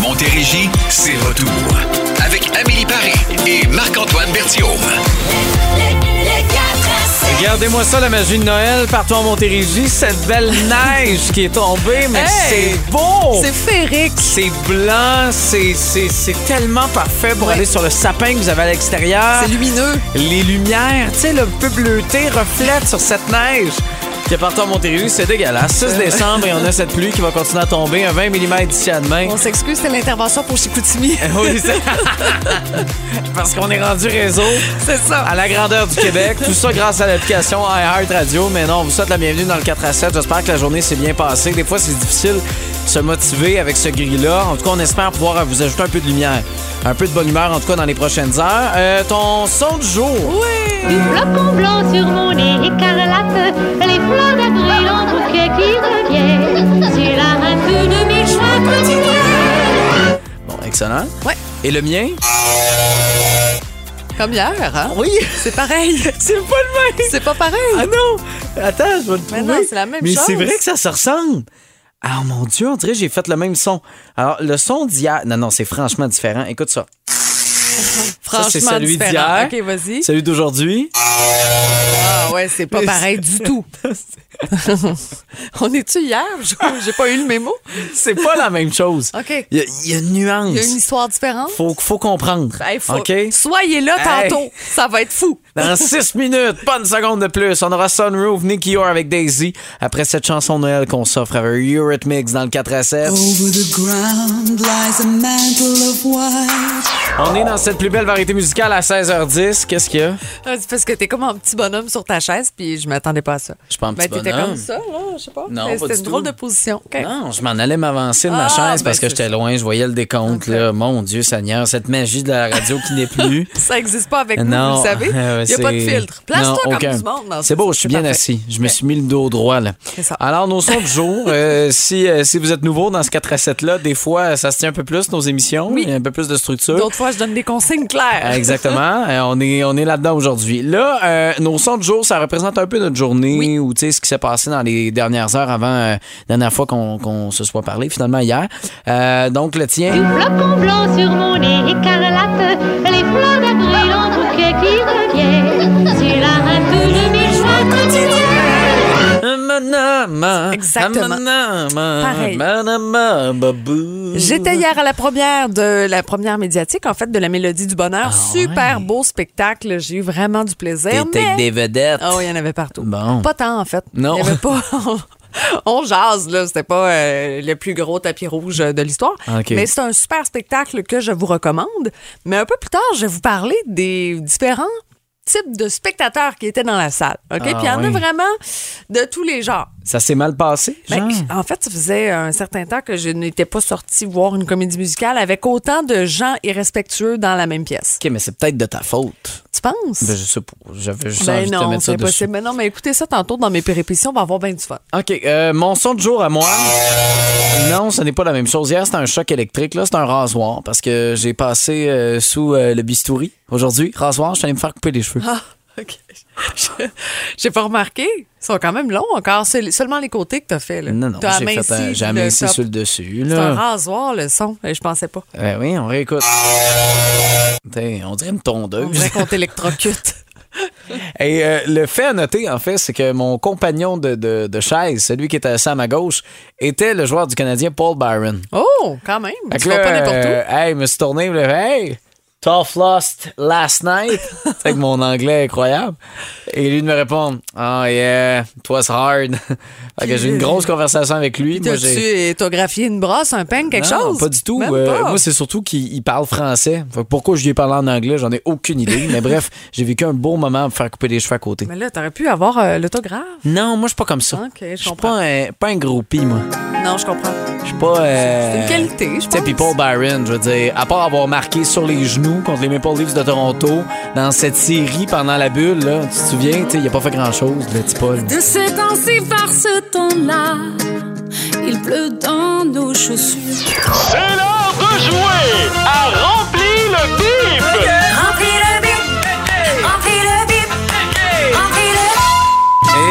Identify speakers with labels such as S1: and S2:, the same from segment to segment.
S1: Montérégie, c'est retour. Avec Amélie Paris et Marc-Antoine Berthiaume.
S2: Regardez-moi ça, la magie de Noël, partout en Montérégie, cette belle neige qui est tombée, mais
S3: Hey!
S2: c'est beau!
S3: C'est féerique.
S2: C'est blanc, c'est- c'est c'est tellement parfait pour
S3: Ouais.
S2: aller sur le sapin que vous avez à l'extérieur.
S3: C'est lumineux.
S2: Les lumières, tu sais, le peu bleuté reflète sur cette neige. Qui est partout en Montérégie, c'est dégueulasse. 6 décembre et on a cette pluie qui va continuer à tomber, un 20 mm d'ici à demain.
S3: On s'excuse, c'était l'intervention pour Chicoutimi.
S2: Oui, c'est- Parce qu'on est rendu réseau.
S3: C'est ça.
S2: À la grandeur du Québec, tout ça grâce à l'application iHeart Radio. Mais non, on vous souhaite la bienvenue dans le 4 à 7. J'espère que la journée s'est bien passée. Des fois, c'est difficile de se motiver avec ce gris-là. En tout cas, on espère pouvoir vous ajouter un peu de lumière, un peu de bonne humeur, en tout cas dans les prochaines heures. Euh, ton son du jour.
S4: Du flocon blanc sur mon nez écarlate, les fleurs d'avril en bouquet qui reviennent. C'est là un peu de mes choix quotidiens.
S2: Bon, excellent.
S3: Ouais,
S2: Et le mien?
S3: comme hier, hein?
S2: Oui.
S3: C'est pareil.
S2: C'est pas le même.
S3: C'est pas pareil.
S2: Ah non! Attends, je vais le trouver.
S3: Mais non, c'est la même
S2: Mais
S3: chose.
S2: c'est vrai que ça se ressemble. Ah mon Dieu, on dirait que j'ai fait le même son. Alors, le son d'hier. Non, non, c'est franchement différent. Écoute ça.
S3: Franchement,
S2: c'est celui
S3: différent.
S2: d'hier.
S3: OK, vas-y.
S2: Celui d'aujourd'hui.
S3: Ah ouais, c'est pas pareil du tout. On est-tu hier? Je- J'ai pas eu le mémo.
S2: C'est pas la même chose.
S3: OK.
S2: Il y, a- il y a une nuance.
S3: Il y a une histoire différente.
S2: Faut, faut comprendre.
S3: Hey, faut-
S2: OK?
S3: Soyez là
S2: Hey.
S3: tantôt. Ça va être fou.
S2: Dans six minutes, pas une seconde de plus, on aura Sunroof, Nicky Yor avec Daisy après cette chanson de Noël qu'on s'offre avec Eurythmics dans le 4 à 7.
S5: Over the ground lies a mantle of white.
S2: On est dans cette plus belle variété musicale à 16h10. Qu'est-ce qu'il y a?
S3: Ah, C'est parce que t'es comme un petit bonhomme sur ta chaise, puis je m'attendais pas à ça.
S2: Je suis pas un petit
S3: ben, t'étais
S2: bonhomme.
S3: comme ça, là, je sais pas.
S2: Non,
S3: C'était-
S2: pas
S3: C'était
S2: du
S3: une
S2: tout.
S3: drôle de position. OK.
S2: Non, je m'en allais m'avancer de ma
S3: Ah,
S2: chaise
S3: ben
S2: parce que
S3: c'est
S2: j'étais
S3: ça.
S2: loin, je voyais le décompte.
S3: Ok.
S2: Là. Mon Dieu Seigneur, cette magie de la radio qui n'est plus.
S3: Ça existe pas avec nous,
S2: Non,
S3: vous le savez.
S2: euh,
S3: Il n'y a pas de
S2: c'est-
S3: filtre. Place-toi
S2: Non,
S3: comme
S2: aucun.
S3: du monde. dans
S2: C'est
S3: ce-
S2: beau, je suis bien
S3: parfait.
S2: assis. Je me suis mis le dos droit. Là.
S3: C'est ça.
S2: Alors, nos sons du jour, euh, si, euh, si vous êtes nouveau dans ce 4 à 7-là, des fois, euh, ça se tient un peu plus, nos émissions.
S3: Oui.
S2: Il y a un peu plus de structure.
S3: D'autres fois, je donne des consignes claires.
S2: Euh, Exactement. Euh, on est, on est là-dedans aujourd'hui. Là, euh, nos sons du jour, ça représente un peu notre journée ou tu sais, ce qui s'est passé dans les dernières heures avant euh, la dernière fois qu'on qu'on se soit parlé, finalement, hier. Euh, donc, le tien.
S4: Du flocon blanc sur mon nez écarlate, les fleurs d'avril en bouquet qui reviennent. C'est là un peu de mes choix quotidiens.
S3: Exactement. Pareil.
S2: Pareil.
S3: J'étais hier à la première de la première médiatique, en fait, de la Mélodie du Bonheur.
S2: Ah,
S3: Super beau spectacle. J'ai eu vraiment du plaisir.
S2: T'étais avec des
S3: mais-
S2: vedettes.
S3: Oh, il y en avait partout.
S2: Bon.
S3: Pas tant, en fait.
S2: Non.
S3: Il y avait pas. On jase, là. C'était pas euh, le plus gros tapis rouge euh, de l'histoire.
S2: OK.
S3: Mais c'est un super spectacle que je vous recommande. Mais un peu plus tard, je vais vous parler des différents types de spectateurs qui étaient dans la salle. OK? Puis il y en
S2: Ah oui.
S3: a vraiment de tous les genres.
S2: Ça s'est mal passé,
S3: Ben,
S2: genre?
S3: en fait, ça faisait un certain temps que je n'étais pas sortie voir une comédie musicale avec autant de gens irrespectueux dans la même pièce.
S2: OK, mais c'est peut-être de ta faute.
S3: Tu penses?
S2: Ben, je sais pas. J'avais juste
S3: Ben
S2: envie de te
S3: non,
S2: mettre
S3: c'est
S2: ça dessus.
S3: impossible. Mais non, mais écoutez ça tantôt dans mes péripéties, on va avoir bien du fun.
S2: OK, euh, mon son de jour à moi. Non, ce n'est pas la même chose. Hier, c'était un choc électrique. Là, c'est un rasoir parce que j'ai passé euh, sous euh, le bistouri aujourd'hui. Rasoir, je suis allé me faire couper les cheveux.
S3: Ah, OK. Je- J'ai pas remarqué. Ils sont quand même longs encore. C'est seulement les côtés que t'as fait. Là.
S2: non, non,
S3: T'as
S2: j'ai
S3: aminci
S2: fait un- j'ai
S3: le
S2: aminci
S3: top.
S2: sur le dessus.
S3: C'est
S2: Là.
S3: un rasoir, le son. Euh, Je pensais pas.
S2: Ben oui, on réécoute. Putain, on dirait une
S3: On
S2: tondeuse.
S3: dirait qu'on t'électrocute.
S2: Et euh, le fait à noter, en fait, c'est que mon compagnon de, de- de chaise, celui qui était assis à ma gauche, était le joueur du Canadien Paul Byron.
S3: Oh, quand même.
S2: Fait
S3: Tu
S2: que
S3: vas pas
S2: là,
S3: n'importe où.
S2: euh, hey, je me suis tourné, là, hey, tough lost last night. c'est que mon anglais est incroyable. Et lui de me répond, oh yeah, it was hard. fait que j'ai une grosse conversation avec lui. Moi,
S3: T'as-tu
S2: j'ai.
S3: étographié une brosse, un peigne, quelque
S2: Non,
S3: chose?
S2: Pas du tout.
S3: Même
S2: Euh,
S3: pas.
S2: moi, c'est surtout qu'il il parle français. Fait que pourquoi je lui ai parlé en anglais, j'en ai aucune idée. Mais bref, j'ai vécu un beau moment pour faire couper les cheveux à côté.
S3: Mais là, t'aurais pu avoir euh, l'autographe.
S2: Non, moi, je suis pas comme ça.
S3: Ok, je
S2: je suis
S3: comprends.
S2: pas un, pas un groupie, moi.
S3: Non, je comprends.
S2: Je suis pas. euh,
S3: C'est une qualité, je
S2: Tu sais,
S3: pense.
S2: puis Paul Byron, je veux dire, à part avoir marqué sur les genoux contre les Maple Leafs de Toronto dans cette série pendant la bulle, là, tu te souviens, tu sais, il a pas fait grand-chose, le petit Paul.
S6: De ces temps-ci par ce temps-là, il pleut dans nos chaussures.
S7: C'est l'heure de jouer à Remplir le bip!
S6: Remplis le bip, remplis le bip, remplis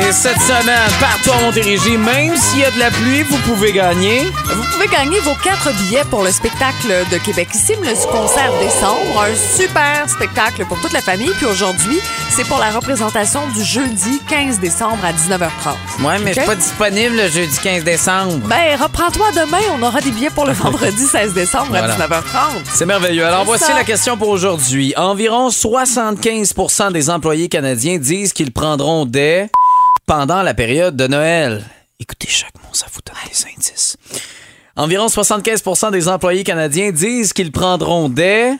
S6: le
S2: Et cette semaine partout à Montérégie. Même s'il y a de la pluie, vous pouvez gagner.
S3: Vous pouvez gagner vos quatre billets pour le spectacle de Québec Ici, le concert décembre. Un super spectacle pour toute la famille. Puis aujourd'hui, c'est pour la représentation du jeudi 15 décembre à 19h30.
S2: Ouais, mais je suis
S3: OK?
S2: pas disponible le jeudi 15 décembre.
S3: Ben, reprends-toi demain. On aura des billets pour le vendredi 16 décembre
S2: Voilà.
S3: à 19h30.
S2: C'est merveilleux. Alors
S3: C'est
S2: voici
S3: ça.
S2: la question pour aujourd'hui. Environ 75 des employés canadiens disent qu'ils prendront des pendant la période de Noël. Écoutez chaque mot, ça vous donne des indices. Environ 75 des employés canadiens disent qu'ils prendront des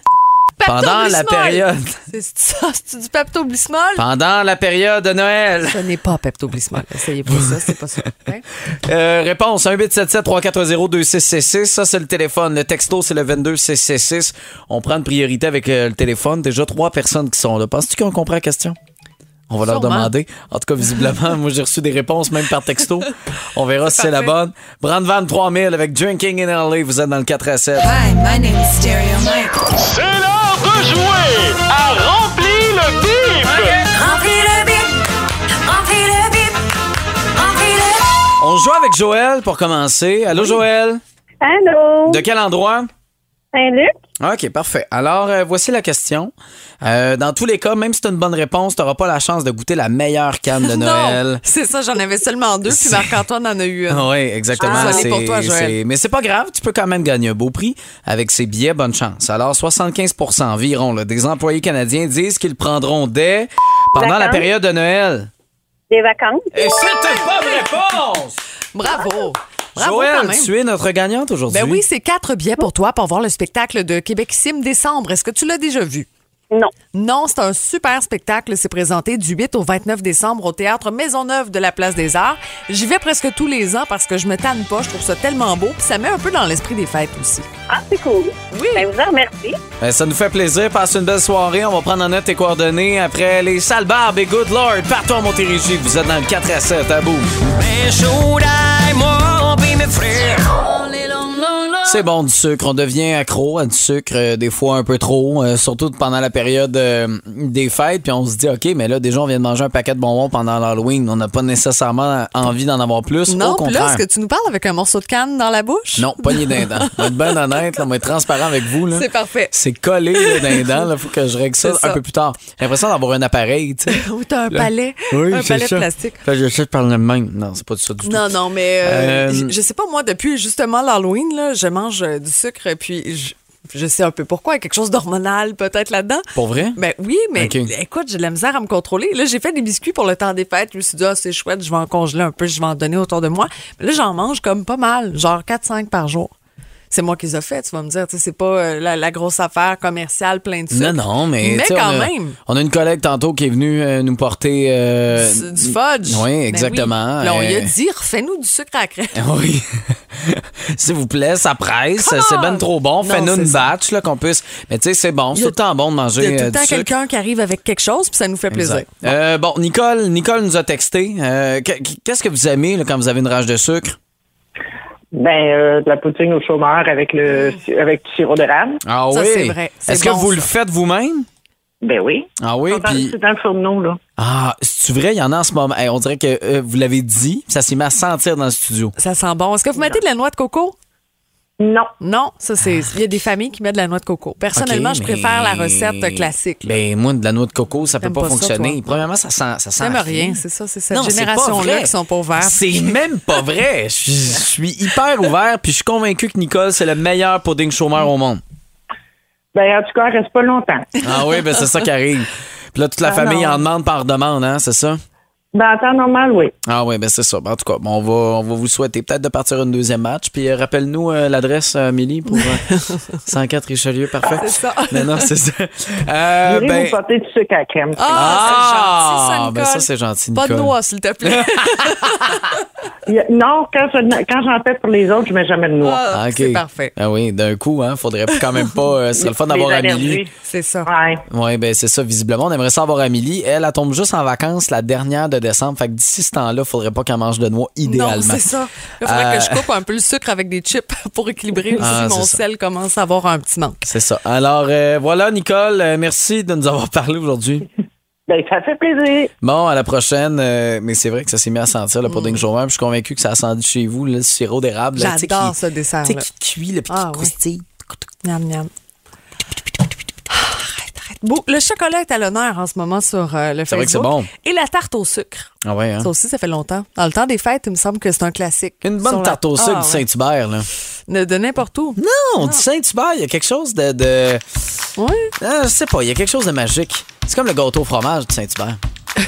S2: pendant la
S3: Pepto-Bismol.
S2: période
S3: C'est ça, c'est du Pepto-Bismol?
S2: pendant la période de Noël.
S3: Ce n'est pas Pepto-Bismol. Essayez pas ça, c'est pas ça. Hein?
S2: Euh, réponse 1-877-340-2666. Ça, c'est le téléphone. Le texto, c'est le 22666. On prend une priorité avec euh, le téléphone. Déjà trois personnes qui sont là. Penses-tu qu'on comprend la question? On va leur
S3: Sûrement.
S2: demander. En tout cas, visiblement, moi, j'ai reçu des réponses, même par texto. On verra si c'est la bonne. Brandvan 3000 avec Drinking in LA. Vous êtes dans le 4 à 7.
S5: Hi, my name is Stereo Mike.
S7: C'est l'heure de jouer à Remplis le bip!
S2: On joue avec Joël pour commencer. Allô, Joël?
S8: Allô?
S2: De quel endroit?
S8: Saint-Luc?
S2: OK, parfait. Alors, euh, voici la question. Euh, dans tous les cas, même si tu as une bonne réponse, tu n'auras pas la chance de goûter la meilleure canne de Noël.
S3: Non, c'est ça, j'en avais seulement deux, puis
S2: C'est- Oh.
S3: Marc-Antoine en a eu une.
S2: Oui, exactement.
S3: Je suis
S2: C'est-
S3: désolée Ah, pour toi, Joël.
S2: c'est- Mais c'est pas grave, tu peux quand même gagner un beau prix avec ces billets. Bonne chance. Alors, 75 environ là, des employés canadiens disent qu'ils prendront des pendant la
S8: Vacances.
S2: période de Noël.
S8: Des vacances?
S2: Et c'est une bonne réponse!
S3: Bravo! Bravo quand
S2: Joël,
S3: même.
S2: tu es notre gagnante aujourd'hui.
S3: Ben oui, c'est quatre billets pour toi pour voir le spectacle de Québec Sim décembre. Est-ce que tu l'as déjà vu?
S8: Non.
S3: Non, c'est un super spectacle. C'est présenté du 8 au 29 décembre au théâtre Maisonneuve de la Place des Arts. J'y vais presque tous les ans parce que je me tanne pas. Je trouve ça tellement beau. Puis ça met un peu dans l'esprit des fêtes aussi.
S8: Ah, c'est cool.
S3: Oui.
S8: Ben, vous en remercie.
S2: Ben, ça nous fait plaisir. Passe une belle soirée. On va prendre en note tes coordonnées après les sales barbes et Good Lord. Partout en Montérégie. Vous êtes dans le 4 à 7. À bout. C'est bon du sucre. On devient accro à du sucre, euh, des fois un peu trop, euh, surtout pendant la période euh, des fêtes. Puis on se dit, OK, mais là, déjà, on vient de manger un paquet de bonbons pendant l'Halloween. On n'a pas nécessairement envie d'en avoir plus. Au
S3: Non, puis là,
S2: contraire.
S3: est-ce que tu nous parles avec un morceau de canne dans la bouche?
S2: Non, pogné d'un dent. On va être bien honnête, là, on va être transparent avec vous. là.
S3: C'est parfait.
S2: C'est collé là, d'un dent. Il faut que je règle ça,
S3: C'est ça.
S2: un peu plus tard. J'ai l'impression d'avoir un appareil. tu sais.
S3: Oui, t'as un palais.
S2: Oui,
S3: un
S2: c'est
S3: palais
S2: ça.
S3: plastique.
S2: Fait que j'achète par le même. Non, c'est pas ça du tout.
S3: Non, non, mais euh,
S2: Euh,
S3: je- je sais pas, moi, depuis justement l'Halloween, là, je mange euh, du sucre, puis je, je sais un peu pourquoi, quelque chose d'hormonal peut-être là-dedans.
S2: Pour vrai?
S3: Ben oui, mais
S2: Ok.
S3: écoute, j'ai de la misère à me contrôler. Là, j'ai fait des biscuits pour le temps des fêtes. Je me suis dit, ah, c'est chouette, je vais en congeler un peu, je vais en donner autour de moi. Mais là, j'en mange comme pas mal, genre 4-5 par jour. C'est moi qui les ai fait, tu vas me dire. Tu sais, C'est pas euh, la, la grosse affaire commerciale plein de
S2: Non,
S3: sucre.
S2: non, mais.
S3: Mais
S2: tu sais,
S3: quand
S2: on a,
S3: même.
S2: On a une collègue tantôt qui est venue euh, nous porter. euh,
S3: Du, du fudge.
S2: Oui,
S3: Ben
S2: exactement.
S3: Là, on lui a
S2: Euh,
S3: dit, refais-nous du sucre à la crème.
S2: Oui. S'il vous plaît, ça presse.
S3: Come
S2: C'est
S3: on!
S2: ben trop bon.
S3: Non,
S2: Fais-nous une
S3: c'est ça.
S2: batch là, qu'on puisse. Mais tu sais, c'est bon. C'est
S3: y
S2: tout
S3: a-
S2: le temps bon de
S3: Il y
S2: manger
S3: a tout
S2: euh,
S3: le
S2: du
S3: temps
S2: sucre.
S3: quelqu'un qui arrive avec quelque chose, puis ça nous fait plaisir.
S2: Exact. Euh, bon, Nicole, Nicole nous a texté. Euh, qu- Qu'est-ce que vous aimez là, quand vous avez une rage de sucre?
S9: Ben, euh, de la poutine au chômeur avec le avec du sirop d'érable.
S2: Ah
S3: Ça,
S2: oui.
S3: c'est vrai. C'est
S2: Est-ce que
S3: bon,
S2: vous
S3: ça.
S2: le faites vous-même?
S9: Ben oui.
S2: Ah oui,
S9: On parle-
S2: puis
S9: C'est dans le fourneau, là.
S2: ah, c'est vrai, il y en a en ce moment. Hey, on dirait que euh, vous l'avez dit, ça s'est mis à sentir dans le studio.
S3: Ça sent bon. Est-ce que vous mettez de la noix de coco?
S9: Non.
S3: Non, ça c'est. Il y a des familles qui mettent de la noix de coco. Personnellement,
S2: Ah. Ok,
S3: je préfère la
S2: mais-
S3: recette classique. là.
S2: Ben moi, de la noix de coco, ça peut
S3: T'aimes
S2: pas,
S3: pas ça,
S2: fonctionner.
S3: toi?
S2: Premièrement, ça sent, ça sent
S3: J'aime rien, c'est ça, c'est cette
S2: Non, c'est pas
S3: génération-là
S2: vrai. Ah,
S3: qui sont pas ouverts.
S2: C'est même pas vrai. Je suis- je suis hyper ouvert, puis je suis convaincu que Nicole, c'est le meilleur pudding chômeur au monde.
S9: Ben, en tout cas, elle reste pas longtemps.
S2: Ah oui, ben c'est ça qui arrive. Puis là, toute
S3: Ah
S2: la famille
S9: non.
S2: en demande par demande, hein, c'est ça?
S9: Ben, en temps normal, oui.
S2: Ah oui, ben c'est ça. Ben, en tout cas, bon, on, va, on va vous souhaiter peut-être de partir une deuxième match. Puis euh, rappelle-nous euh, l'adresse, euh, Amélie, pour euh, 104 Richelieu, parfait.
S3: C'est ça.
S2: Non, non, c'est ça. Euh,
S9: Irez
S2: ben-
S9: vous porter du sucre à la crème.
S2: Ah,
S3: Ah, c'est gentil, ça, Nicole.
S2: ben ça, c'est gentil,
S3: Pas de
S2: Nicole.
S3: noix, s'il te plaît.
S9: Il y a- Non, quand, je- quand j'en fais pour les autres, je mets jamais de noix.
S2: Ah, ok.
S3: C'est parfait.
S2: Ah oui, d'un coup, hein, faudrait quand même pas. euh, ce serait le fun
S9: Les
S2: d'avoir Amélie.
S9: allergies.
S3: C'est ça.
S9: Ouais.
S2: Oui, ben c'est ça, visiblement. On aimerait ça avoir Amélie. Elle, elle tombe juste en vacances la dernière de décembre. Fait que d'ici ce temps-là, faudrait pas qu'elle mange de noix, idéalement.
S3: Non, c'est ça. Il faudrait
S2: Euh,
S3: que je coupe un peu le sucre avec des chips pour équilibrer aussi.
S2: Ah, c'est
S3: mon
S2: ça.
S3: sel commence à avoir un petit manque.
S2: C'est ça. Alors, euh, voilà, Nicole, euh, merci de nous avoir parlé aujourd'hui.
S9: Ben, ça fait plaisir.
S2: Bon, à la prochaine. euh, mais c'est vrai que ça s'est mis à sentir le
S3: Mm.
S2: pudding Jourdain. puis Je suis convaincu que ça a senti chez vous là, le sirop d'érable. là, tu sais,
S3: J'adore
S2: qui-
S3: ce dessert-là.
S2: Tu sais, qui cuit, le puis
S3: Ah,
S2: qui
S3: oui.
S2: croustille.
S3: Miam, miam. Ah, Arrête, arrête. Bon, le chocolat est à l'honneur en ce moment sur euh, le Facebook.
S2: C'est vrai que c'est bon.
S3: Et la tarte au sucre.
S2: Ah ouais, hein?
S3: Ça aussi, ça fait longtemps. Dans le temps des fêtes, il me semble que c'est un classique.
S2: Une bonne
S3: Sur la-
S2: tarte au sucre
S3: Ah,
S2: du
S3: ouais.
S2: Saint-Hubert, là.
S3: De, de n'importe où.
S2: Non, du Saint-Hubert, il y a quelque chose de. de...
S3: Ouais.
S2: Ah, je sais pas, il y a quelque chose de magique. C'est comme le gâteau au fromage du Saint-Hubert.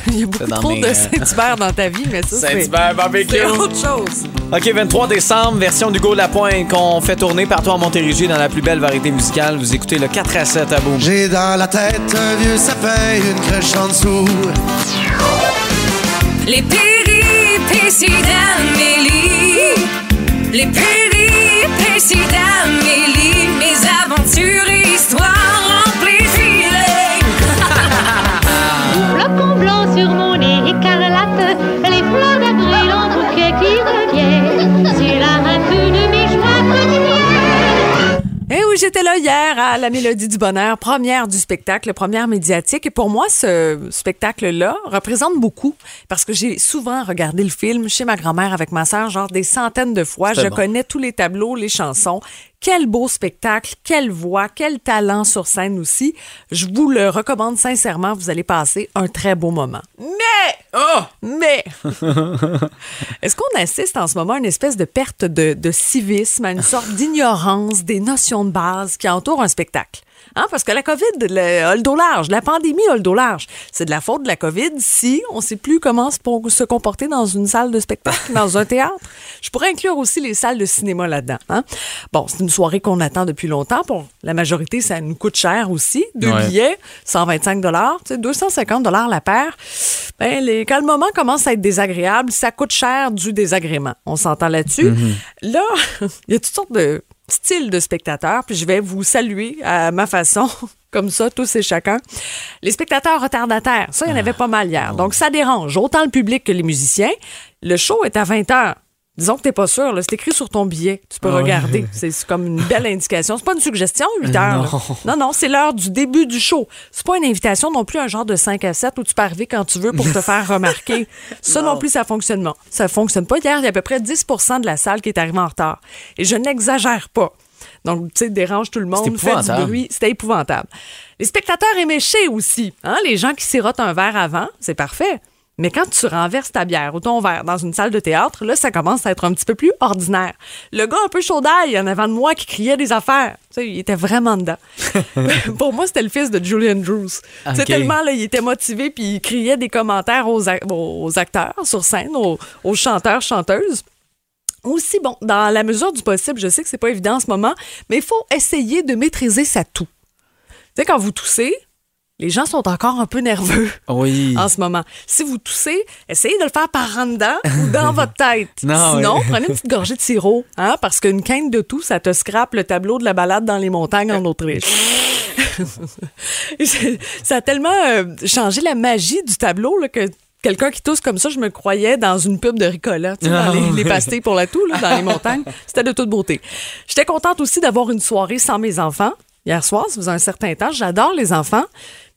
S3: Il y a beaucoup
S2: dans
S3: trop
S2: mes,
S3: de
S2: euh,
S3: Saint-Hubert dans ta vie, mais ça, c'est
S2: barbecue.
S3: c'est autre chose.
S2: OK, 23 décembre, version d'Hugo Lapointe qu'on fait tourner partout en Montérégie dans la plus belle variété musicale. Vous écoutez le 4 à 7 à Boom.
S10: J'ai dans la tête un vieux sapin, une crèche en dessous.
S6: Les péripéties d'Amélie. Les péripéties d'Amélie. Mes aventures et histoires remplies de feeling.
S4: Flocons blancs sur mon nez écarlate, les fleurs d'avril en bouquet qui reviennent. C'est la revue de mes joies quotidiennes.
S3: Eh oui, j'étais là hier à la Mélodie du Bonheur, première du spectacle, première médiatique. Et pour moi, ce spectacle-là représente beaucoup parce que j'ai souvent regardé le film chez ma grand-mère avec ma sœur, genre des centaines de fois.
S2: C'était
S3: Je
S2: bon.
S3: connais tous les tableaux, les chansons. Quel beau spectacle, quelle voix, quel talent sur scène aussi. Je vous le recommande sincèrement. Vous allez passer un très beau moment. Mais!
S2: Oh!
S3: Mais! Est-ce qu'on assiste en ce moment à une espèce de perte de, de civisme, à une sorte d'ignorance des notions de base qui entourent un spectacle? Hein? Parce que la COVID le- a le dos large, la pandémie a le dos large. C'est de la faute de la COVID si on ne sait plus comment se, pour- se comporter dans une salle de spectacle, dans un théâtre. Je pourrais inclure aussi les salles de cinéma là-dedans. hein. Bon, c'est une soirée qu'on attend depuis longtemps. Bon, la majorité, ça nous coûte cher aussi. Deux
S2: Ouais.
S3: billets, 125 dollars, 250 dollars la paire. Ben, les, quand le moment commence à être désagréable, ça coûte cher du désagrément. On s'entend là-dessus. Là, il y a toutes sortes de styles de spectateurs, puis je vais vous saluer à ma façon. Comme ça, tous et chacun. Les spectateurs retardataires, ça, il y en avait pas mal hier. Donc, ça dérange autant le public que les musiciens. Le show est à 20 heures. Disons que t'es pas sûr, là. c'est écrit sur ton billet. Tu peux regarder. C'est c'est comme une belle indication. C'est pas une suggestion, 8 heures. là. Euh, Non, non, c'est l'heure du début du show. C'est pas une invitation non plus, un genre de 5 à 7 où tu peux arriver quand tu veux pour te faire remarquer. Ça non, plus, ça fonctionne pas. Ça fonctionne pas. Hier, il y a à peu près 10 de la salle qui est arrivée en retard. Et je n'exagère pas. Donc, tu sais, dérange tout le monde,
S2: C'était
S3: fait du
S2: épouvantable.
S3: bruit. C'était épouvantable. Les spectateurs éméchés aussi. Hein? Les gens qui sirotent un verre avant, c'est parfait. Mais quand tu renverses ta bière ou ton verre dans une salle de théâtre, là, ça commence à être un petit peu plus ordinaire. Le gars un peu chaud d'ail en avant de moi qui criait des affaires. Tu sais, il était vraiment dedans. Pour moi, c'était le fils de Julian Drews. Tu sais,
S2: Ok.
S3: tellement, là, il était motivé puis il criait des commentaires aux, ac- aux acteurs sur scène, aux- aux chanteurs, chanteuses aussi, bon, dans la mesure du possible, je sais que c'est pas évident en ce moment, mais il faut essayer de maîtriser sa toux. Tu sais, quand vous toussez, les gens sont encore un peu nerveux
S2: Oh, Oui.
S3: en ce moment. Si vous toussez, essayez de le faire par en dedans ou dans votre tête.
S2: Non,
S3: Sinon,
S2: ouais.
S3: prenez une petite gorgée de sirop, hein, parce qu'une quinte de tout, ça te scrape le tableau de la balade dans les montagnes en Autriche. ça a tellement euh, changé la magie du tableau là, que quelqu'un qui tousse comme ça, je me croyais dans une pub de Ricola, tu sais, dans
S2: Ah,
S3: les,
S2: ouais.
S3: les pastilles pour la toux, là, dans les montagnes. C'était de toute beauté. J'étais contente aussi d'avoir une soirée sans mes enfants. Hier soir, ça faisait un certain temps. J'adore les enfants.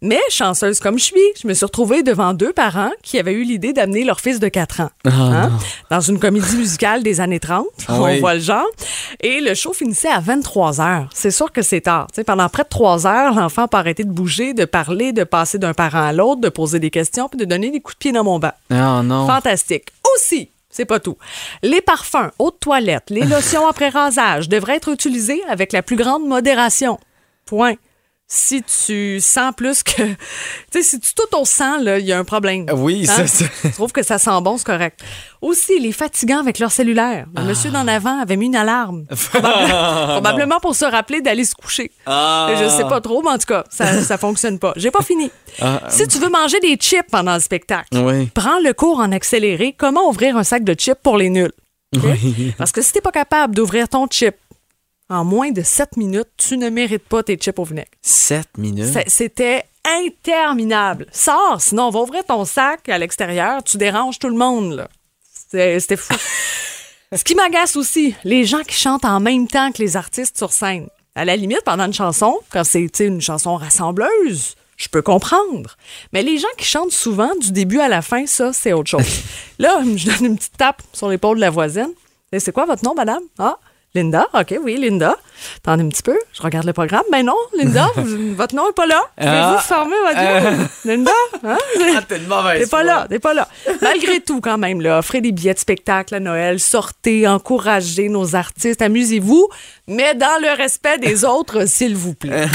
S3: Mais chanceuse comme je suis, je me suis retrouvée devant deux parents qui avaient eu l'idée d'amener leur fils de 4 ans Hein? dans une comédie musicale des années 30.
S2: Ah
S3: on
S2: oui.
S3: voit le genre. Et le show finissait à 23 heures. C'est sûr que c'est tard. Tu sais, pendant près de trois heures, l'enfant peut arrêter de bouger, de parler, de passer d'un parent à l'autre, de poser des questions, puis de donner des coups de pied dans mon banc.
S2: Non, Ah, non.
S3: Fantastique. Aussi, c'est pas tout. Les parfums, eau de toilette, les lotions après rasage devraient être utilisés avec la plus grande modération. Point. Si tu sens plus que. Tu sais, si tu tout ton sang, là, il y a un problème.
S2: Ah Oui, ça,
S3: Hein?
S2: ça-
S3: Tu trouves que ça sent bon, c'est correct. Aussi, les fatigants avec leur cellulaire.
S2: Ah.
S3: Le monsieur d'en avant avait mis une alarme. Probable- probablement pour se rappeler d'aller se coucher.
S2: Ah.
S3: Je sais pas trop, mais en tout cas, ça, ça fonctionne pas. J'ai pas fini.
S2: Ah.
S3: si tu veux manger des chips pendant le spectacle,
S2: Oui.
S3: prends le cours en accéléré comment ouvrir un sac de chips pour les nuls. OK? Parce que si t'es pas capable d'ouvrir ton chip en moins de 7 minutes, tu ne mérites pas tes chips au vinaigre.
S2: 7 minutes.
S3: C'est- C'était interminable. Sors, sinon on va ouvrir ton sac à l'extérieur, tu déranges tout le monde. là. C'était c'était fou. Ce qui m'agace aussi, les gens qui chantent en même temps que les artistes sur scène. À la limite, pendant une chanson, quand c'est tu sais, une chanson rassembleuse, je peux comprendre. Mais les gens qui chantent souvent du début à la fin, ça, c'est autre chose. Là, je donne une petite tape sur l'épaule de la voisine. Et c'est quoi votre nom, madame? Ah, Linda. OK, oui, Linda. Attendez un petit peu, je regarde le programme. Ben non, Linda, vous- votre nom n'est pas là.
S2: Ah.
S3: Pouvez-vous fermer votre gueule? Linda? Hein?
S2: Ah, t'es de mauvaise
S3: T'es pas
S2: foi.
S3: là, t'es pas là. Malgré tout, quand même, là, offrez des billets de spectacle à Noël, sortez, encouragez nos artistes, amusez-vous, mais dans le respect des autres, s'il vous plaît.
S2: Hein?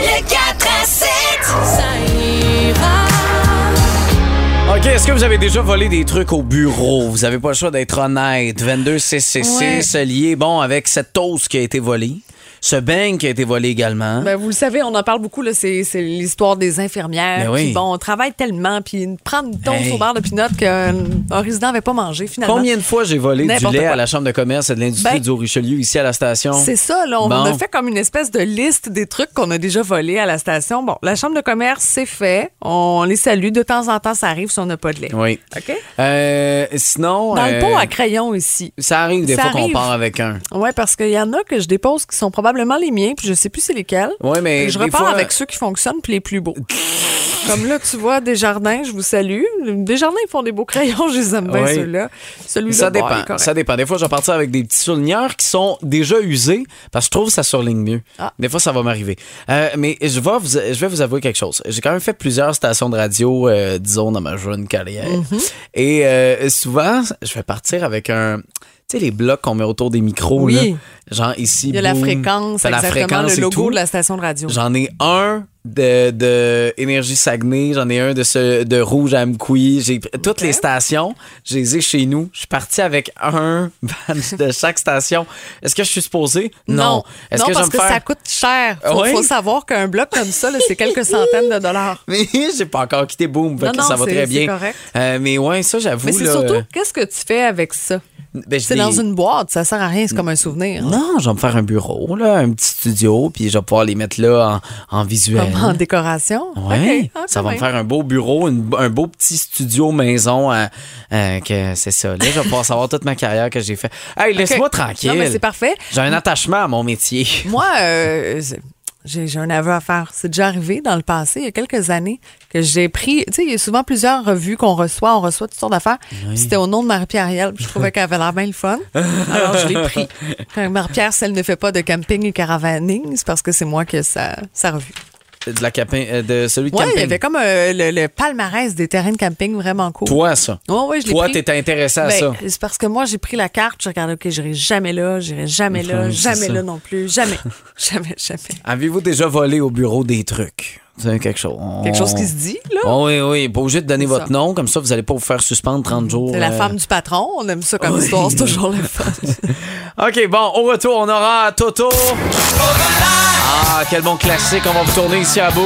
S6: Le 4 à 7, ça ira.
S2: OK, est-ce que vous avez déjà volé des trucs au bureau? Vous avez pas le choix d'être honnête. 22666, lié, bon, avec cette toast qui a été volée, ce beigne qui a été volé également.
S3: Ben, vous le savez, on en parle beaucoup, là, c'est, c'est l'histoire des infirmières.
S2: Ben oui.
S3: qui, bon, on travaille tellement, puis ils prennent une tonce
S2: Hey.
S3: au bar de pinot qu'un résident n'avait pas mangé, finalement.
S2: Combien de fois j'ai volé du
S3: N'importe
S2: lait
S3: quoi.
S2: à la Chambre de commerce et de l'industrie
S3: Ben,
S2: du Haut-Richelieu ici à la station?
S3: C'est ça, là. On
S2: Bon.
S3: a fait comme une espèce de liste des trucs qu'on a déjà volés à la station. Bon, la chambre de commerce, c'est fait. On les salue. De temps en temps, ça arrive si on n'a pas de lait.
S2: Oui.
S3: OK?
S2: Euh, sinon.
S3: Dans
S2: euh,
S3: le pot à crayon ici.
S2: Ça arrive des
S3: Ça
S2: fois qu'on
S3: arrive.
S2: part avec un.
S3: Oui, parce qu'il y en a que je dépose qui sont probablement les miens, puis je sais plus c'est lesquels.
S2: Ouais, mais
S3: Puis je
S2: des
S3: repars
S2: fois-
S3: avec ceux qui fonctionnent puis les plus beaux. Comme là, tu vois, Desjardins, je vous salue. Desjardins, ils font des beaux crayons, je les aime bien,
S2: Oui.
S3: ceux-là. Celui-là,
S2: Ça
S3: bon, il est
S2: dépend.
S3: correct.
S2: ça dépend. Des fois, je vais partir avec des petits souligneurs qui sont déjà usés parce que je trouve que ça surligne mieux.
S3: Ah.
S2: Des fois, ça va m'arriver. Euh, mais je vais, vous, je vais vous avouer quelque chose. J'ai quand même fait plusieurs stations de radio, euh, disons, dans ma jeune carrière.
S3: Mm-hmm.
S2: Et euh, souvent, je vais partir avec un. Tu sais, les blocs qu'on met autour des micros,
S3: Oui.
S2: là. Genre ici.
S3: Il y a la
S2: boum,
S3: fréquence,
S2: t'as la
S3: exactement,
S2: fréquence
S3: le
S2: et
S3: logo
S2: tout.
S3: de la station de radio.
S2: J'en ai un de, de Énergie Saguenay, j'en ai un de, ce, de Rouge à Amqui. J'ai pr- toutes les stations, je les ai chez nous. Je suis parti avec un badge de chaque station. Est-ce que je suis supposé? Non. Est-ce
S3: non
S2: que je vais
S3: parce
S2: me
S3: que
S2: faire-
S3: ça coûte cher. Faut,
S2: Oui.
S3: faut savoir qu'un bloc comme ça, là, c'est quelques centaines de dollars.
S2: Mais j'ai pas encore quitté Boom, fait
S3: Non,
S2: que
S3: non,
S2: ça va
S3: c'est-
S2: très
S3: c'est
S2: bien.
S3: correct.
S2: Euh, mais ouais, ça j'avoue.
S3: Mais c'est
S2: là,
S3: surtout,
S2: euh,
S3: qu'est-ce que tu fais avec ça?
S2: ben, j'ai
S3: C'est
S2: des-
S3: dans une boîte, ça sert à rien, c'est comme un souvenir.
S2: Non, je vais me faire un bureau, là, un petit studio, puis je vais pouvoir les mettre là en, en visuel.
S3: Comme en décoration.
S2: Ben. Ouais,
S3: Ok, ah,
S2: ça
S3: quand
S2: va me
S3: même.
S2: faire un beau bureau, une- un beau petit studio maison. à- à- que c'est ça. Là, je vais pouvoir savoir toute ma carrière que j'ai fait. Hey, laisse-moi tranquille.
S3: Non, mais c'est parfait.
S2: J'ai un attachement à mon métier.
S3: Moi, euh, c'est- j'ai j'ai un aveu à faire. C'est déjà arrivé dans le passé, il y a quelques années, que j'ai pris. Tu sais, il y a souvent plusieurs revues qu'on reçoit. On reçoit toutes sortes d'affaires. Puis C'était au nom de Marie-Pierre Riel, puis Je trouvais qu'elle avait l'air bien le fun. Alors, je l'ai pris. Quand Marie-Pierre, si elle ne fait pas de camping et caravaning, c'est parce que c'est moi que ça, ça revue.
S2: De la capin, euh, de celui de
S3: Ouais, il
S2: camping.
S3: y avait comme euh, le, le palmarès des terrains de camping vraiment cool.
S2: Toi, ça.
S3: Ouais, ouais, je l'ai
S2: Toi,
S3: pris.
S2: t'étais intéressé à
S3: Ben,
S2: ça.
S3: C'est parce que moi, j'ai pris la carte, j'ai regardé, OK, j'irai jamais là, j'irai jamais là,
S2: Ouais, c'est
S3: jamais
S2: ça.
S3: là non plus, jamais, jamais, jamais.
S2: Avez-vous déjà volé au bureau des trucs? C'est quelque chose.
S3: Quelque chose qui se dit, là.
S2: Oh, oui, oui. Pas obligé de donner
S3: C'est ça.
S2: votre nom, comme ça, vous allez pas vous faire suspendre 30 jours.
S3: C'est la
S2: euh,
S3: femme du patron, on aime ça comme histoire, c'est toujours le fun.
S2: OK, bon, au retour, on aura Toto. Ah, quel bon classique. On va vous tourner ici à Boom.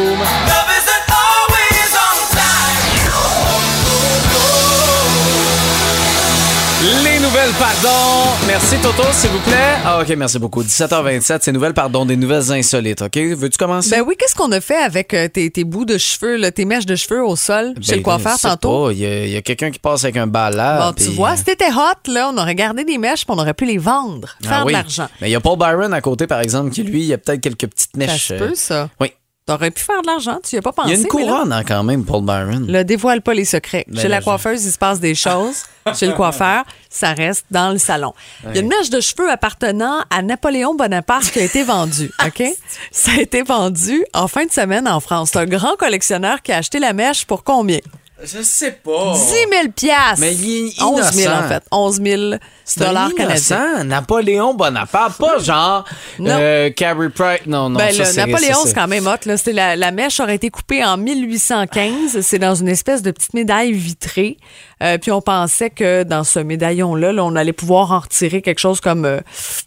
S2: Les nouvelles pardons. Merci Toto, s'il vous plaît. Ah, OK, merci beaucoup. 17h27, c'est nouvelles pardons, des nouvelles insolites, OK? Veux-tu commencer?
S3: ben oui, qu'est-ce qu'on a fait avec euh, tes, tes bouts de cheveux, là, tes mèches de cheveux au sol chez
S2: Ben,
S3: le coiffeur
S2: je sais euh,
S3: tantôt?
S2: pas, Il y a, il y a quelqu'un qui passe avec un balard.
S3: Bon, tu vois, si t'étais hot, là, on aurait gardé des mèches puis on aurait pu les vendre,
S2: Ah
S3: faire de l'argent.
S2: Mais il y a Paul Byron à côté, par exemple, qui lui, il y a peut-être quelques petites
S3: Ça
S2: mèches.
S3: se
S2: euh,
S3: peut, ça.
S2: Oui.
S3: T'aurais pu faire de l'argent, tu y as pas pensé.
S2: Il y a une
S3: mais là-
S2: couronne hein, quand même, Paul Byron.
S3: Le dévoile pas les secrets.
S2: Ben
S3: chez
S2: là,
S3: la
S2: je-
S3: coiffeuse, il se passe des choses. chez le coiffeur, ça reste dans le salon. Il y a une mèche de cheveux appartenant à Napoléon Bonaparte qui a été vendue. OK?
S2: Ah,
S3: ça a été vendu en fin de semaine en France. C'est un grand collectionneur qui a acheté la mèche pour combien?
S2: Je sais pas.
S3: 10 000 piastres.
S2: Oh. Mais il est
S3: 11 000, en
S2: innocent.
S3: fait. 11 000
S2: C'est un
S3: dollars
S2: innocent,
S3: canadiens.
S2: Napoléon Bonaparte, pas genre
S3: Non.
S2: euh, Carrie Price. Non, non,
S3: Ben,
S2: ça,
S3: là,
S2: c'est-
S3: Napoléon,
S2: ça,
S3: c'est quand même hot. Là. C'est La, la mèche aurait été coupée en 1815. C'est dans une espèce de petite médaille vitrée. Euh, puis on pensait que dans ce médaillon-là, là, on allait pouvoir en retirer quelque chose comme euh,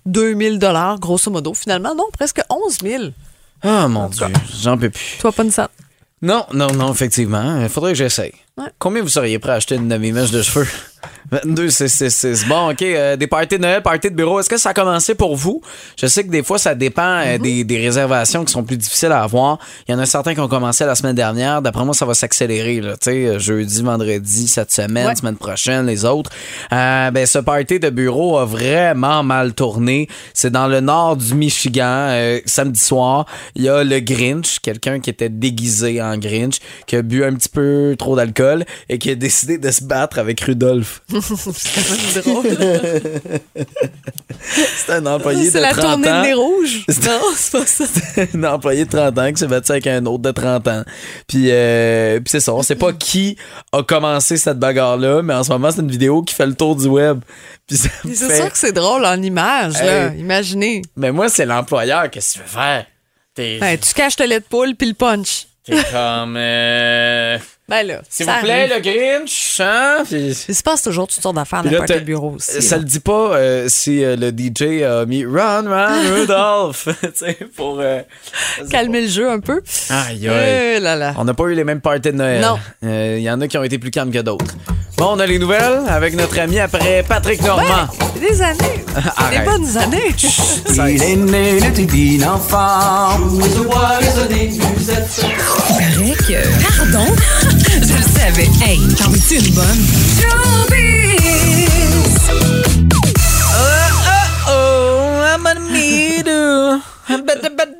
S3: 2000 dollars, grosso modo. Finalement, non, presque 11 000.
S2: Ah, mon Dieu, j'en peux plus.
S3: Toi, pas une cent.
S2: Non, non, non, effectivement. Il faudrait que j'essaye. Combien vous seriez prêt à acheter une de mes mèches de cheveux? 22, c'est- c'est c'est- Bon, OK. euh, des parties de Noël, parties de bureau. Est-ce que ça a commencé pour vous? Je sais que des fois, ça dépend
S3: Mhm.
S2: euh, des, des réservations qui sont plus difficiles à avoir. Il y en a certains qui ont commencé la semaine dernière. D'après moi, ça va s'accélérer. là. Tu sais, euh, jeudi, vendredi, cette semaine,
S3: Ouais.
S2: semaine prochaine, les autres. Euh, ben, ce party de bureau a vraiment mal tourné. C'est dans le nord du Michigan, euh, samedi soir. Il y a le Grinch, quelqu'un qui était déguisé en Grinch, qui a bu un petit peu trop d'alcool et qui a décidé de se battre avec Rudolph.
S3: C'est drôle.
S2: C'est un employé
S3: C'est
S2: de
S3: la
S2: 30 ans.
S3: tournée de nez rouges.
S2: C'est-
S3: Non, c'est pas ça.
S2: un employé de 30 ans qui s'est battu avec un autre de 30 ans. Puis, euh, puis c'est ça, on sait pas qui a commencé cette bagarre-là, mais en ce moment, c'est une vidéo qui fait le tour du web. Puis ça me
S3: Mais C'est
S2: fait-
S3: sûr que c'est drôle en image, là.
S2: Hey.
S3: Imaginez.
S2: Mais moi, c'est l'employeur, qu'est-ce que tu veux faire? T'es
S3: Ben, tu caches le lait de poule puis le punch.
S2: t'es comme... euh,
S3: Ben là.
S2: S'il
S3: ça
S2: vous plaît,
S3: arrive.
S2: le Grinch, hein? Puis-
S3: Il se passe toujours toutes sortes d'affaires dans
S2: Puis
S3: le
S2: là,
S3: party
S2: t'as-
S3: de bureau aussi.
S2: Ça
S3: là.
S2: le dit pas euh, si euh, le DJ a mis Run, Run, Rudolph, tu sais, pour. euh,
S3: Calmer le jeu un peu.
S2: Aïe, aïe.
S3: Euh, là, là.
S2: On n'a pas eu les mêmes parties de Noël.
S3: Non.
S2: Il y en a qui ont été plus calmes que d'autres. Bon, on a les nouvelles avec notre ami après Patrick Normand.
S3: Ben, des années. C'est des
S2: Arrête.
S3: bonnes années.
S2: Il
S10: est né le petit enfant.
S6: Pardon? Je le savais. Hey, t'en veux-tu une bonne?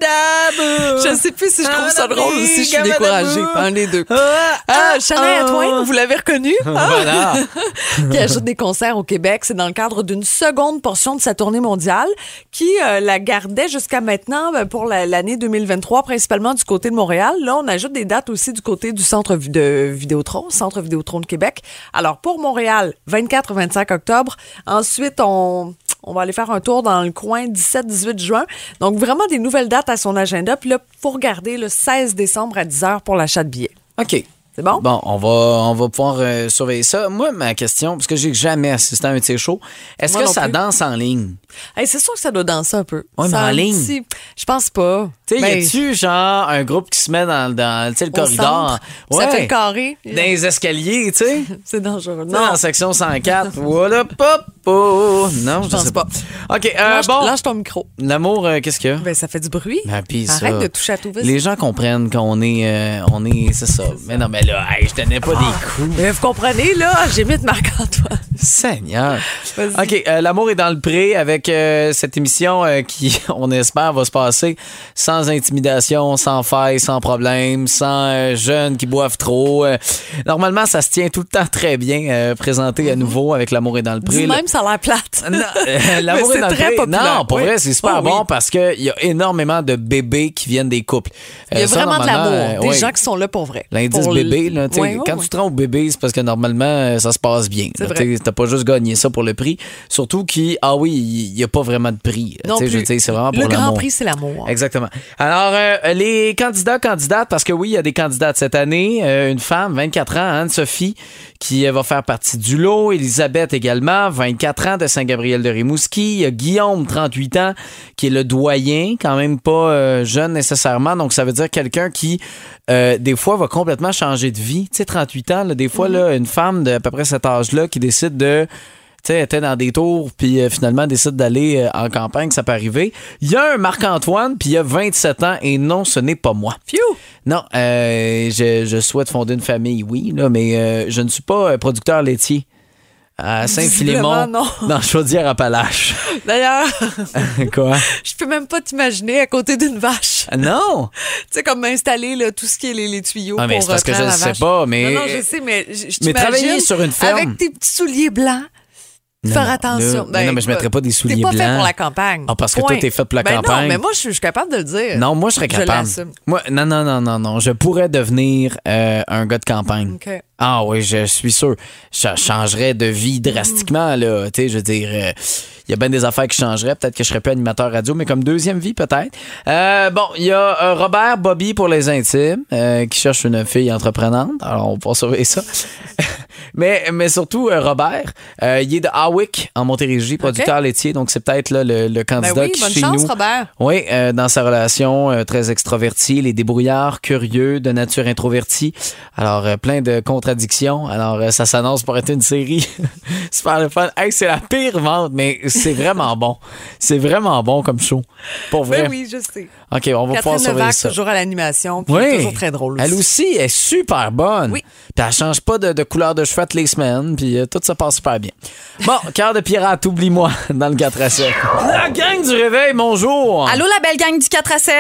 S3: Je sais plus si je trouve ça drôle ou si je suis découragée. Un des deux. Ah,
S2: Ah,
S3: Chanel
S2: ah.
S3: Atwain, vous l'avez reconnu?
S2: Voilà.
S3: qui ajoute des concerts au Québec. C'est dans le cadre d'une seconde portion de sa tournée mondiale qui euh, la gardait jusqu'à maintenant ben, pour la- l'année 2023, principalement du côté de Montréal. Là, on ajoute des dates aussi du côté du centre vi- de Vidéotron, centre Vidéotron de Québec. Alors, pour Montréal, 24-25 octobre. Ensuite, on... On va aller faire un tour dans le coin 17-18 juin. Donc, vraiment des nouvelles dates à son agenda. Puis là, faut regarder le 16 décembre à 10h pour l'achat de billets.
S2: OK.
S3: C'est bon?
S2: Bon, on va, on va pouvoir euh, surveiller ça. Moi, ma question, parce que j'ai jamais assisté à un de ces shows, est-ce
S3: Moi
S2: que
S3: non
S2: ça
S3: plus.
S2: danse en ligne?
S3: Hey, c'est sûr que ça doit danser un peu.
S2: Ouais,
S3: Ça
S2: mais en
S3: a un
S2: ligne.
S3: petit- Je pense pas.
S2: Tu sais,
S3: Ben,
S2: y a-tu genre un groupe qui se met dans, dans tu sais, le
S3: au
S2: corridor?
S3: centre, puis Ça fait le carré. euh,
S2: Dans les escaliers, tu sais?
S3: C'est dangereux.
S2: Non,
S3: Non,
S2: en section 104. voilà, popo. oh. Non, je,
S3: pense
S2: sais pas. OK, euh,
S3: Lâche-
S2: bon.
S3: Lâche ton micro.
S2: L'amour, euh, qu'est-ce qu'il y a?
S3: Ben, ça fait du bruit.
S2: Ben, puis ça-
S3: Arrête de toucher à tout vite.
S2: Les gens comprennent qu'on est. euh, on est. C'est ça. Mais non, mais là, hey, je tenais pas des coups.
S3: Mais vous comprenez, là, j'imite Marc-Antoine.
S2: Seigneur.
S3: Vas-y.
S2: OK, euh, l'amour est dans le pré avec euh, cette émission euh, qui, on espère, va se passer sans intimidation, sans faille, sans problème, sans euh, jeunes qui boivent trop. Euh, normalement, ça se tient tout le temps très bien euh, présenté à nouveau avec l'amour est dans le pré.
S3: Dis
S2: là.
S3: Mm-hmm. même, ça a l'air plate.
S2: Non, euh, l'amour
S3: Mais
S2: est dans
S3: c'est
S2: le
S3: très
S2: pré.
S3: populaire.
S2: Non, pour
S3: Oui.
S2: vrai, c'est super
S3: Ah oui.
S2: bon parce qu'il y a énormément de bébés qui viennent des couples.
S3: Il y a
S2: Euh, ça,
S3: vraiment de
S2: normalement,
S3: l'amour.
S2: euh,
S3: Des
S2: oui.
S3: gens qui sont là pour vrai.
S2: L'indice
S3: Pour le-
S2: bébé, là, tu sais,
S3: Ouais, ouais,
S2: quand
S3: ouais.
S2: tu te rends au bébé, c'est parce que normalement, euh, ça se passe bien.
S3: C'est
S2: là,
S3: vrai.
S2: tu sais, T'as pas juste gagné ça pour le prix. Surtout qui, ah oui, il n'y a pas vraiment de prix.
S3: Non
S2: Tu sais, je
S3: plus.
S2: veux dire, C'est vraiment pour
S3: Le grand
S2: l'amour.
S3: prix, c'est l'amour.
S2: Exactement. Alors, euh, les candidats, candidates, parce que oui, il y a des candidates cette année. Euh, une femme, 24 ans, Anne-Sophie, qui euh, va faire partie du lot. Elisabeth également, 24 ans, de Saint-Gabriel-de-Rimouski. Il y a Guillaume, 38 ans, qui est le doyen, quand même pas euh, jeune nécessairement. Donc, ça veut dire quelqu'un qui, euh, des fois, va complètement changer de vie. Tu sais, 38 ans, là, des fois, là, une femme de à peu près cet âge-là qui décide de tu sais, elle était dans des tours, puis euh, finalement décide d'aller euh, en campagne, ça peut arriver. Il y a un Marc-Antoine, puis il y a 27 ans, et non, ce n'est pas moi.
S3: Phew!
S2: Non, euh, je, je souhaite fonder une famille, oui, là, mais euh, je ne suis pas euh, producteur laitier. À Saint-Philémon,
S3: Visiblement, non.
S2: dans Chaudière-Appalaches.
S3: D'ailleurs,
S2: Quoi?
S3: je peux même pas t'imaginer à côté d'une vache.
S2: Non!
S3: Tu sais, comme m'installer là, tout ce qui est les, les tuyaux
S2: Ah, mais
S3: pour
S2: c'est parce que
S3: reprendre
S2: je le
S3: la
S2: sais
S3: vache.
S2: pas, mais-
S3: Non, non, je sais, mais je, je
S2: Mais
S3: t'imagine
S2: travailler sur une ferme.
S3: Avec tes petits souliers blancs.
S2: Non,
S3: Faire
S2: non, là,
S3: attention. Ben,
S2: non, non, mais je mettrais pas des souliers
S3: T'es pas fait
S2: blancs.
S3: pour la campagne.
S2: Ah, parce que
S3: Point.
S2: toi, t'es fait pour la
S3: Ben
S2: campagne.
S3: Non, mais moi, je suis je suis capable de le dire.
S2: Non, moi, je serais
S3: Je
S2: capable.
S3: l'assume.
S2: moi, non, non, non, non, non. Je pourrais devenir euh, un gars de campagne.
S3: OK.
S2: Ah oui, je suis sûr. Ça changerait de vie drastiquement, là. Tu sais, je veux dire, il y a bien des affaires qui changeraient. Peut-être que je serais plus animateur radio, mais comme deuxième vie, peut-être. Euh, bon, il y a euh, Robert Bobby pour les intimes, euh, qui cherche une fille entreprenante. Alors, on va surveiller ça. mais, mais surtout, euh, Robert, euh, il est de Hawick, en Montérégie, producteur laitier. Donc, c'est peut-être là, le, le candidat
S3: Ben oui,
S2: qui,
S3: bonne
S2: chez
S3: chance,
S2: nous,
S3: Robert.
S2: oui, euh, dans sa relation, euh, très extroverti, les débrouillards, curieux, de nature introvertie. Alors, euh, plein de contradiction. Alors, euh, ça s'annonce pour être une série. Super le fun. Hey, c'est la pire vente, mais c'est vraiment bon. C'est vraiment bon comme show. Pour vrai.
S3: Ben oui, je sais.
S2: OK, on va pouvoir
S3: Catherine
S2: surveiller
S3: Levac,
S2: ça.
S3: toujours à l'animation, puis
S2: Oui.
S3: toujours très drôle.
S2: Elle
S3: aussi.
S2: aussi est super bonne.
S3: Oui.
S2: Puis elle change pas de, de couleur de cheveux toutes les semaines. Puis euh, tout ça passe super bien. Bon, cœur de pirate, oublie-moi dans le 4 à 7. La gang du réveil, bonjour.
S11: Allô, la belle gang du 4 à 7.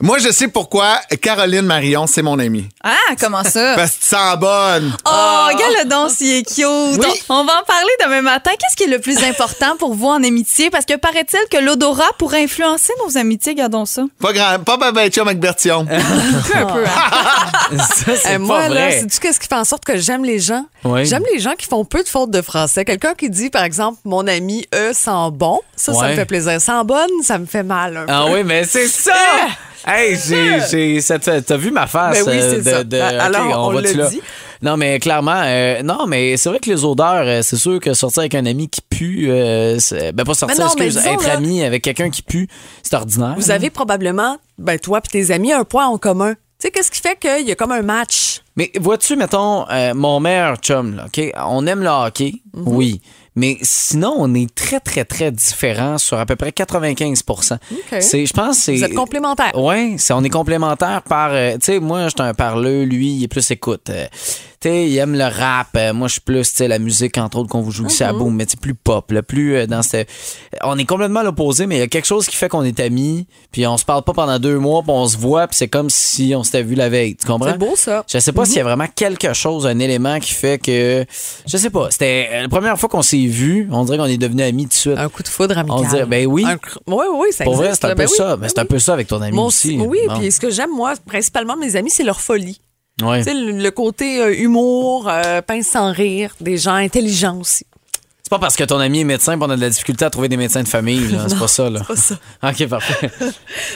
S12: Moi, je sais pourquoi Caroline Marion, c'est mon amie.
S11: Ah, comment ça?
S12: Parce que tu sens bonne.
S11: Oh, regarde le don, il est cute. On va en parler demain matin. Qu'est-ce qui est le plus important pour vous en amitié? Parce que paraît-il que l'odorat pourrait influencer nos amitiés, gardons ça.
S12: Pas grand, pas ben ben chum avec Bertillon.
S11: Un peu, un peu.
S2: Ça,
S3: Euh, moi, là, sais-tu qu'est-ce qui fait en sorte que j'aime les gens?
S12: Oui.
S3: J'aime les gens qui font peu de fautes de français. Quelqu'un qui dit, par exemple, mon ami, eux, sent bon, ça, ça
S2: Ouais.
S3: me fait plaisir. Sans bonne, ça me fait mal. un
S2: Ah
S3: peu.
S2: oui, mais c'est ça! Hey, j'ai, j'ai, ça te- t'as vu ma face
S3: Ben oui,
S2: euh,
S3: c'est ça.
S2: de, de-
S3: Ben,
S2: OK,
S3: alors, on
S2: va-tu
S3: le
S2: là?
S3: dit.
S2: Non, mais clairement, euh, non, mais c'est vrai que les odeurs, euh, c'est sûr que sortir avec un ami qui pue, euh, c'est- ben pas sortir,
S3: Mais non, mais
S2: excuse,
S3: disons,
S2: être
S3: là-
S2: ami avec quelqu'un qui pue, c'est ordinaire.
S3: Vous avez probablement, ben, toi et tes amis, un point en commun. Tu sais, qu'est-ce qui fait qu'il y a comme un match?
S2: Mais vois-tu, mettons, euh, mon meilleur chum, là, OK? On aime le hockey,
S3: Mhm.
S2: oui. Mais sinon, on est très, très, très différents sur à peu près 95 C'est, Je pense que c'est.
S3: Vous êtes complémentaires.
S2: Oui, on est complémentaires par. euh, tu sais, moi, je suis un parleux, lui, il est plus écoute. Euh, tu sais, il aime le rap. euh, moi, je suis plus, tu sais, la musique, entre autres, qu'on vous joue
S3: Mhm.
S2: ici à Boom, mais tu sais, plus pop, là, plus euh, dans cette. On est complètement à l'opposé, mais il y a quelque chose qui fait qu'on est amis, puis on se parle pas pendant deux mois, puis on se voit, puis c'est comme si on s'était vu la veille. Tu comprends?
S3: C'est beau, Mhm. ça.
S2: Je sais pas s'il y a vraiment quelque chose, un élément qui fait que. Je sais pas. C'était euh, la première fois qu'on s'est vu, on dirait qu'on est devenus amis tout de suite. Un
S3: Mhm. coup de foudre amical.
S2: On dirait, ben oui.
S3: Un cr- Oui, oui, ça
S2: Pour vrai,
S3: existe,
S2: c'est un
S3: là.
S2: peu
S3: Ben oui,
S2: ça.
S3: ben
S2: Mais c'est un peu ça avec ton ami
S3: Mon-
S2: aussi.
S3: Oui,
S2: Bon.
S3: puis ce que j'aime, moi, principalement, mes amis, c'est leur folie.
S2: Ouais.
S3: Tu sais, le, le côté euh, humour, euh, pince sans rire, des gens intelligents aussi.
S2: C'est pas parce que ton ami est médecin qu'on a de la difficulté à trouver des médecins de famille. là. C'est
S3: Non,
S2: pas ça, là.
S3: c'est pas ça.
S2: OK, parfait.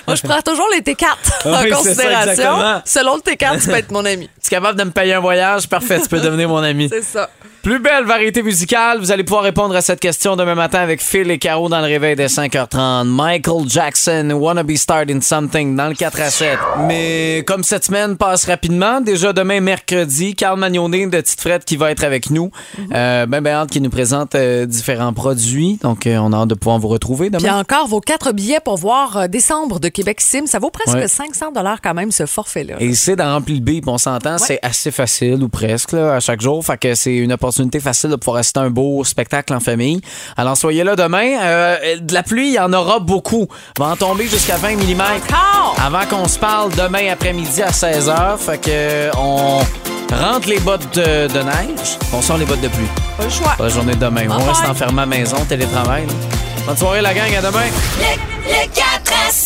S3: Moi, je prends toujours les T4
S2: Ah
S3: en
S2: oui, c'est ça,
S3: considération.
S2: exactement.
S3: Selon le T4, tu peux être mon ami.
S2: Tu es capable de me payer un voyage? Parfait, tu peux devenir mon ami.
S3: C'est ça.
S2: Plus belle variété musicale, vous allez pouvoir répondre à cette question demain matin avec Phil et Caro dans le réveil dès 5h30. Michael Jackson, Wanna Be Starting Something dans le 4 à 7. Mais comme cette semaine passe rapidement, déjà demain mercredi, Carl Magnoné de Tite Frette qui va être avec nous.
S3: Mhm.
S2: Euh, ben ben hâte qui nous présente euh, différents produits. Donc euh, on a hâte de pouvoir vous retrouver
S3: Puis
S2: demain.
S3: encore, vos quatre billets pour voir euh, décembre de Québec Sim, ça vaut presque
S2: Ouais.
S3: 500 dollars quand même, ce forfait-là.
S2: Et c'est dans Rempli le B, puis on s'entend, c'est assez facile ou presque là, à chaque jour. Fait que c'est une opportunité facile de pouvoir assister à un beau spectacle en famille. Alors soyez là demain. Euh, de la pluie, il y en aura beaucoup. Va en tomber jusqu'à 20 mm. Avant qu'on se parle demain après-midi à 16h. Fait que euh, on rentre les bottes de, de neige. On sort les bottes de pluie.
S3: Pas le choix.
S2: Bonne journée de demain. on
S3: Bye
S2: reste
S3: bye.
S2: enfermé à la maison, télétravail. là. Bonne soirée la gang, à demain.
S6: Les 4 à 7.